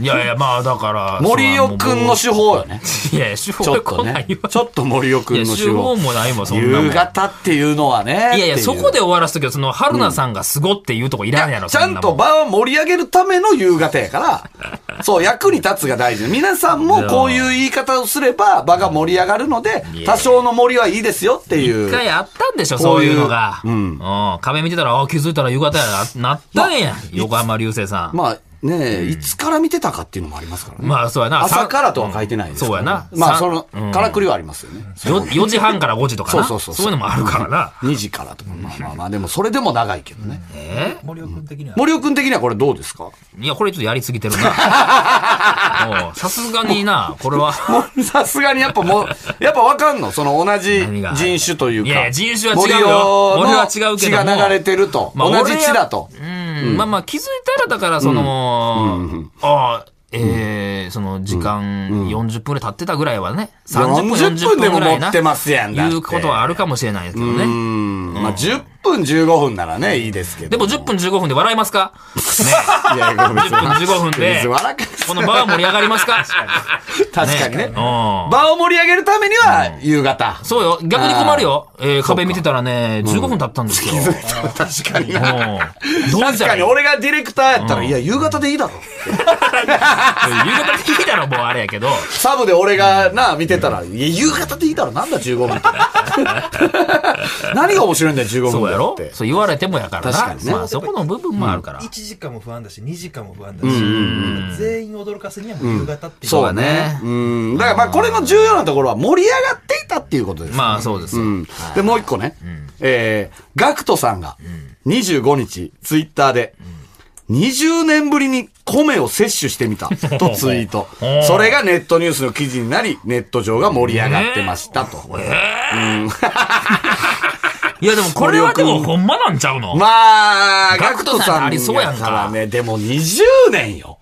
[SPEAKER 2] いやいや、まあだから。
[SPEAKER 3] 森尾くんの手法よね。
[SPEAKER 2] いや、手法
[SPEAKER 3] ちょっ
[SPEAKER 2] 来
[SPEAKER 3] と
[SPEAKER 2] ない
[SPEAKER 3] ね
[SPEAKER 2] よ。。
[SPEAKER 3] ちょっと森尾く
[SPEAKER 2] い
[SPEAKER 3] ん
[SPEAKER 2] や、
[SPEAKER 3] の
[SPEAKER 2] 手
[SPEAKER 3] 手
[SPEAKER 2] 法
[SPEAKER 3] 法。
[SPEAKER 2] もないもん、そんなもん。
[SPEAKER 3] 夕方っていうのはね。
[SPEAKER 2] いやいや、
[SPEAKER 3] ってう
[SPEAKER 2] そこで終わらすときは、その、春菜さんがすごっていうとこい
[SPEAKER 3] い
[SPEAKER 2] らんや
[SPEAKER 3] や
[SPEAKER 2] ろ、
[SPEAKER 3] ちゃん
[SPEAKER 2] そ
[SPEAKER 3] と
[SPEAKER 2] なも
[SPEAKER 3] 場を盛り上げるための夕方やから、
[SPEAKER 2] [LAUGHS]
[SPEAKER 3] そう、役に立つが大事。皆さんもこういう言い方をすれば場が盛り上がるので、多少の盛りはいいですよっていう。
[SPEAKER 2] 一回あったんでしょ、
[SPEAKER 3] こ
[SPEAKER 2] そうう
[SPEAKER 3] いう
[SPEAKER 2] いうのが。
[SPEAKER 3] う
[SPEAKER 2] うんん。壁見てたら、あ気づいたら夕方やな、なったんや。横浜流星さん。
[SPEAKER 3] まあねえ、いつから見てたかっていうのもありますからね。
[SPEAKER 2] まあ、そうやな。
[SPEAKER 3] 朝からとは書いてないです
[SPEAKER 2] そうやな。
[SPEAKER 3] まあ、
[SPEAKER 2] さ
[SPEAKER 3] その、からくりはありますよね。
[SPEAKER 2] よ4時半から5時とかな。
[SPEAKER 3] そうそうそうそ
[SPEAKER 2] そ
[SPEAKER 3] う
[SPEAKER 2] ういうのもあるからな。
[SPEAKER 3] 2時からとか。まあまあまあ、でもそれでも長いけどね。
[SPEAKER 2] え森尾君的には。
[SPEAKER 3] 森尾くん的にはこれどうですか
[SPEAKER 2] いや、これちょっとやりすぎてる
[SPEAKER 3] [LAUGHS]
[SPEAKER 2] な。おうさすがにな、これは。
[SPEAKER 3] もうさすがにやっぱもう、やっぱわかんのその同じ
[SPEAKER 2] 何が
[SPEAKER 3] 人種というか。
[SPEAKER 2] いやいや人種は違うよ
[SPEAKER 3] 森
[SPEAKER 2] 俺
[SPEAKER 3] 尾
[SPEAKER 2] は
[SPEAKER 3] の
[SPEAKER 2] 違うけ
[SPEAKER 3] 血
[SPEAKER 2] ども
[SPEAKER 3] が流れてると。
[SPEAKER 2] まあ
[SPEAKER 3] 同じ血だと。
[SPEAKER 2] 俺やうん。まあまあ気づいたら、だからその、ああ、えー、その時間40分で経ってたぐらいはね、30分、
[SPEAKER 3] 40
[SPEAKER 2] 40
[SPEAKER 3] 分で
[SPEAKER 2] 分
[SPEAKER 3] も
[SPEAKER 2] ぐらい
[SPEAKER 3] 持
[SPEAKER 2] な。
[SPEAKER 3] ってますやんだって
[SPEAKER 2] いうことはあるかもしれないですけど
[SPEAKER 3] う
[SPEAKER 2] ね。
[SPEAKER 3] ん。まあ10分15分ならね、いいですけど。
[SPEAKER 2] でも10分15分で笑います
[SPEAKER 3] [LAUGHS]
[SPEAKER 2] か
[SPEAKER 3] いやいや、
[SPEAKER 2] 10分15分で
[SPEAKER 3] 別に笑か
[SPEAKER 2] この場は盛り上がりますか
[SPEAKER 3] [LAUGHS] 確かにね。
[SPEAKER 2] うん
[SPEAKER 3] 場を盛り上げるためには、夕方。
[SPEAKER 2] そうよ。逆に困るよ。えー、壁見てたらね、15分経ったんですよ。
[SPEAKER 3] 確かに
[SPEAKER 2] うん
[SPEAKER 3] な。
[SPEAKER 2] どう
[SPEAKER 3] 確
[SPEAKER 2] じゃ
[SPEAKER 3] か
[SPEAKER 2] ない
[SPEAKER 3] に俺がディレクターやったら、いや、夕方でいいだろ。
[SPEAKER 2] 夕方聞いたらもうあれやけど。
[SPEAKER 3] サブで俺がな、見てたら、いや、夕方でいいだろ、なんだ15
[SPEAKER 2] [LAUGHS]
[SPEAKER 3] 分って。何が面白いんだよ、15
[SPEAKER 2] そうやろ
[SPEAKER 3] 分でって。
[SPEAKER 2] そう言われてもやからな。
[SPEAKER 3] 確かにね
[SPEAKER 2] まあそこの部分もあるから。
[SPEAKER 4] 1時間も不安だし2時間も不安だし、全員驚かすにはもう夕方っていう、
[SPEAKER 3] そう
[SPEAKER 2] だね
[SPEAKER 3] うん。だからまあこれの重要なところは盛り上がっていたっていうことです。
[SPEAKER 2] まあそうですよ。
[SPEAKER 3] うん。で、もう一個ね。えー、ガクトさんが25日、ツイッターで、20年ぶりに米を摂取してみたと
[SPEAKER 2] [LAUGHS]
[SPEAKER 3] ツイート
[SPEAKER 2] お。
[SPEAKER 3] それがネットニュースの記事になり、ネット上が盛り上がってましたと。
[SPEAKER 2] いやでもこれはでもほんまなんちゃうの、
[SPEAKER 3] まあ、ガ
[SPEAKER 2] ガ
[SPEAKER 3] ク
[SPEAKER 2] ク
[SPEAKER 3] ト
[SPEAKER 2] ト
[SPEAKER 3] さ
[SPEAKER 2] さ
[SPEAKER 3] ん
[SPEAKER 2] ん
[SPEAKER 3] や
[SPEAKER 2] ありそうやんか
[SPEAKER 3] からね、でも20年よ。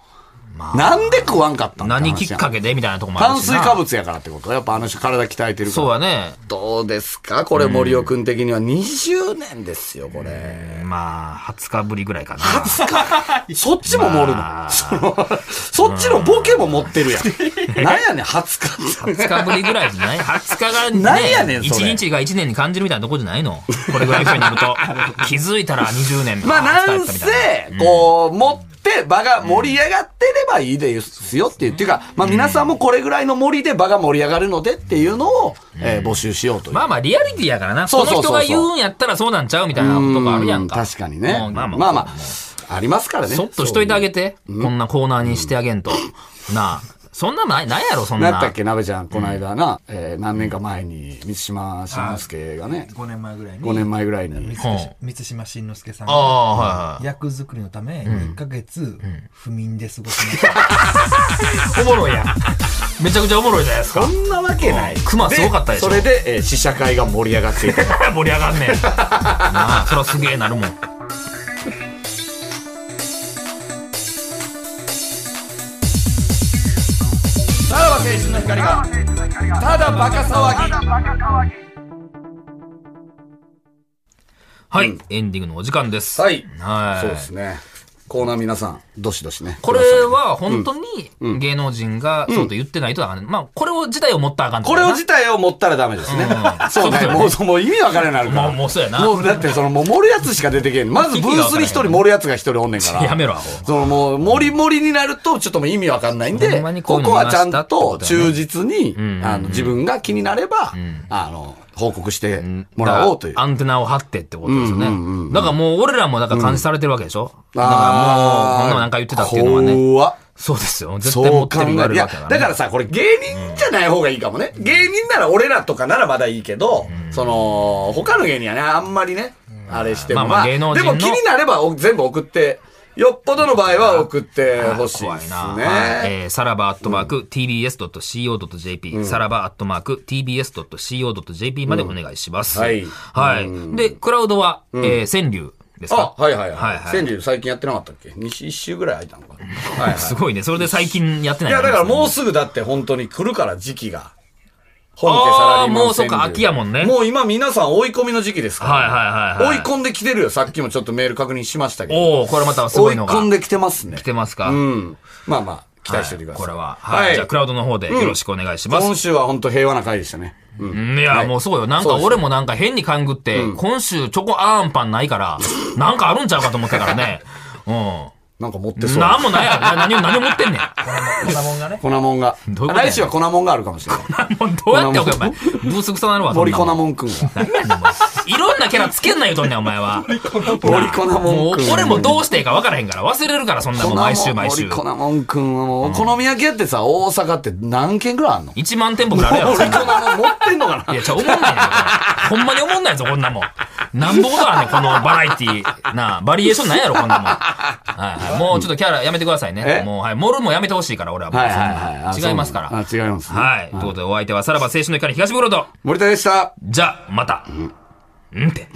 [SPEAKER 3] なんで食わんかったん
[SPEAKER 2] 何きっか
[SPEAKER 3] け
[SPEAKER 2] けでみたいなとこもあ
[SPEAKER 3] 炭
[SPEAKER 2] るし
[SPEAKER 3] 水
[SPEAKER 2] な。
[SPEAKER 3] 化物やからってことやっぱあの人体鍛えてるから。
[SPEAKER 2] そうやね。
[SPEAKER 3] どうですかこれ森尾くん的には20年ですよ、これ。
[SPEAKER 2] まあ、20日ぶりぐらいか
[SPEAKER 3] [LAUGHS]
[SPEAKER 2] な。
[SPEAKER 3] そっちも盛る
[SPEAKER 2] ま
[SPEAKER 3] のその [LAUGHS] そっちのボケも持ってるやん。なんやねん、20日。
[SPEAKER 2] 20日ぶりぐらいじゃない ?20 日がね、
[SPEAKER 3] なんやねんそれ
[SPEAKER 2] 1日が1年に感じるみたいなとこじゃないのこれぐらい一緒にいると。気づいたら20年
[SPEAKER 3] [LAUGHS] まあ、
[SPEAKER 2] ー
[SPEAKER 3] なん
[SPEAKER 2] 疲れたみたい
[SPEAKER 3] せ、こう、持ってで場が盛り上がってればいいですよっていう。っていうか、まあ皆さんもこれぐらいの森で場が盛り上がるのでっていうのを、えー募集しようという。
[SPEAKER 2] まあまあ、リアリティやからな。
[SPEAKER 3] そ
[SPEAKER 2] こ
[SPEAKER 3] うそ
[SPEAKER 2] の
[SPEAKER 3] うそう
[SPEAKER 2] 人
[SPEAKER 3] そう
[SPEAKER 2] が言うんやったらそうなんちゃうみたいなことがあるやんか。
[SPEAKER 3] う確かにね
[SPEAKER 2] も。う
[SPEAKER 3] ま
[SPEAKER 2] ま
[SPEAKER 3] あ
[SPEAKER 2] あ
[SPEAKER 3] ま
[SPEAKER 2] ま
[SPEAKER 3] あ、
[SPEAKER 2] あ。
[SPEAKER 3] ありますからね。
[SPEAKER 2] そっとしといてあげて。こんなコーナーにしてあげんと。なあ。そんなない、ないやろ、そんな。
[SPEAKER 3] なんだっけ、なべちゃん、この間な、えー何年か前に、三島慎之介がね、
[SPEAKER 4] 5年前ぐらいに
[SPEAKER 3] 5年前ぐらいに
[SPEAKER 4] 満、島満島真之介さん
[SPEAKER 2] あ
[SPEAKER 4] が
[SPEAKER 2] あ、はいはい。
[SPEAKER 4] 役作りのため1ヶ月不眠で過ごしました
[SPEAKER 2] おもろいやん。めちゃくちゃおもろいじゃないですか
[SPEAKER 3] そ。んなわけない。
[SPEAKER 2] 熊すごかったでしょ
[SPEAKER 3] それで、えー試写会が盛り上がっていた。
[SPEAKER 2] 盛り上
[SPEAKER 3] [LAUGHS]
[SPEAKER 2] がんねえ。なあ、そらすげえなるもん。
[SPEAKER 3] さらば青春の光が、ただバカ騒ぎ。
[SPEAKER 2] はい、エンディングのお時間です。
[SPEAKER 3] はい。
[SPEAKER 2] はい。
[SPEAKER 3] そうですね。コーナー皆さん、どしどしね。
[SPEAKER 2] これ
[SPEAKER 3] ください
[SPEAKER 2] は本当に芸能人がそうと言ってないとだから、ねまあ、これを自体を持ったらあかんと
[SPEAKER 3] これを自
[SPEAKER 2] 体
[SPEAKER 3] 体を持ったらダメですね。そうね。もうそう、もう意味わからんようになるから。
[SPEAKER 2] もうもうそうやな
[SPEAKER 3] もうだって、その、もう盛るやつしか出てけん。まずブースに一人盛るやつが一人おんねんから。
[SPEAKER 2] やめろ、アホ。
[SPEAKER 3] そのもう、盛り盛りになると、ちょっともう意味わかんないん
[SPEAKER 2] ほ
[SPEAKER 3] で、
[SPEAKER 2] んまにこう
[SPEAKER 3] こ
[SPEAKER 2] いうの
[SPEAKER 3] こはちゃん
[SPEAKER 2] 見ましたってこととだよね
[SPEAKER 3] 忠実に、あの、自分が気になれば、あの、報告してもらおうという
[SPEAKER 2] だか。らアンテナを張ってってことですよね。だからもう俺らもだから監視されてるわけでしょ、だからもう、こんなのなんか言ってたっていうのはね。
[SPEAKER 3] 怖っ
[SPEAKER 2] そうですよ。絶対
[SPEAKER 3] そ
[SPEAKER 2] 持
[SPEAKER 3] う
[SPEAKER 2] っ
[SPEAKER 3] 考
[SPEAKER 2] てる言われ
[SPEAKER 3] える。い
[SPEAKER 2] る
[SPEAKER 3] や
[SPEAKER 2] わけだ、
[SPEAKER 3] だ
[SPEAKER 2] ね。
[SPEAKER 3] からさ、これ芸人じゃない方がいいかもね。芸人なら俺らとかならまだいいけど、その、他の芸人はね、あんまりね、あれしても。
[SPEAKER 2] まあまあ芸能
[SPEAKER 3] で
[SPEAKER 2] 人の
[SPEAKER 3] も気になればお全部送って、よっぽどの場合は送ってほしい
[SPEAKER 2] 怖
[SPEAKER 3] で
[SPEAKER 2] い
[SPEAKER 3] す
[SPEAKER 2] な。はい
[SPEAKER 3] ね。
[SPEAKER 2] えー、さらばアットマーク tbs.co.jp、さらばアットマーク tbs.co.jp までお願いします。
[SPEAKER 3] うんはい
[SPEAKER 2] はい。で、クラウドは、えー、川柳です
[SPEAKER 3] あ
[SPEAKER 2] か、
[SPEAKER 3] はいはい
[SPEAKER 2] は
[SPEAKER 3] はいい。
[SPEAKER 2] はい
[SPEAKER 3] 川柳最近やってなかったっけ一週ぐらい空いたのかな。
[SPEAKER 2] [LAUGHS]
[SPEAKER 3] はい
[SPEAKER 2] す
[SPEAKER 3] は
[SPEAKER 2] ごいね。それで最近やって
[SPEAKER 3] い。
[SPEAKER 2] ないい
[SPEAKER 3] や、だからもうすぐだって本当に来るから時期が。本家サラリーマン川柳。
[SPEAKER 2] あーもうそっか秋やもんね
[SPEAKER 3] もう今皆さん追い込みの時期ですから。
[SPEAKER 2] はいはいはいはい
[SPEAKER 3] 追い込んできてるよ。さっきもちょっとメール確認しましたけど。
[SPEAKER 2] おおこれまたすご
[SPEAKER 3] 追
[SPEAKER 2] い
[SPEAKER 3] い
[SPEAKER 2] のが
[SPEAKER 3] 込んできてますね
[SPEAKER 2] 来。てますか、
[SPEAKER 3] うん。まあまあ、期待しておいてください。
[SPEAKER 2] これは。はい。じゃあ、クラウドの方でよろしくお願いします。
[SPEAKER 3] 今週は本当平和な回でしたね。うん。
[SPEAKER 2] うんいや、もうそうよ。なん
[SPEAKER 3] そ
[SPEAKER 2] か
[SPEAKER 3] うです
[SPEAKER 2] 俺もなんか変に勘ぐって、今週チョコアーンパンないから、なんかあるんちゃうかと思ったからね。
[SPEAKER 3] [LAUGHS]
[SPEAKER 2] う
[SPEAKER 3] なんか持って
[SPEAKER 2] ん。
[SPEAKER 3] そう。
[SPEAKER 2] なんもないやろ。な何を、何を持ってんねん。
[SPEAKER 4] 粉もんがね
[SPEAKER 3] 粉もんが。
[SPEAKER 2] どういうことやねん
[SPEAKER 3] 来週は粉もんがあるかもしれない。
[SPEAKER 2] もうどうやっておけ、お前。ブースくさなるわ、そん
[SPEAKER 3] 森
[SPEAKER 2] な
[SPEAKER 3] 粉
[SPEAKER 2] もん。
[SPEAKER 3] もんくんが。
[SPEAKER 2] いろんなキャラつけんな言うとんねん、お前は。
[SPEAKER 3] 森粉も
[SPEAKER 2] も
[SPEAKER 3] ん
[SPEAKER 2] う
[SPEAKER 3] くん。
[SPEAKER 2] 俺もどうしていいか分からへんから、忘れるから、そんなもん、毎週毎週
[SPEAKER 3] 森。粉もんくんはもう、お好み焼き屋ってさ、大阪って何軒ぐらいあんの
[SPEAKER 2] 1万店舗ぐらいあるやろ、そ
[SPEAKER 3] 森
[SPEAKER 2] ん
[SPEAKER 3] 粉
[SPEAKER 2] な
[SPEAKER 3] もん持ってんのか
[SPEAKER 2] いや、ちょ、思んないねんほんまに思んないぞ、こんなもん。なんぼことあんねん、このバラエティー。なあ、バリエーションなんやろ、こんなもん。はいはい。もうちょっとキャラやめてくださいね
[SPEAKER 3] え。
[SPEAKER 2] もう、はい。盛るもやめてほしいから、俺はも
[SPEAKER 3] な
[SPEAKER 2] う。
[SPEAKER 3] はいはいはいあ。
[SPEAKER 2] そ
[SPEAKER 3] そ
[SPEAKER 2] ん
[SPEAKER 3] う
[SPEAKER 2] な
[SPEAKER 3] な
[SPEAKER 2] 違い
[SPEAKER 3] んだ
[SPEAKER 2] ますから。
[SPEAKER 3] あ、違いますね。
[SPEAKER 2] はい。ということで、お相手は、さらば青春の光東ブロード。
[SPEAKER 3] 森田でした。
[SPEAKER 2] じゃ、また。うんって。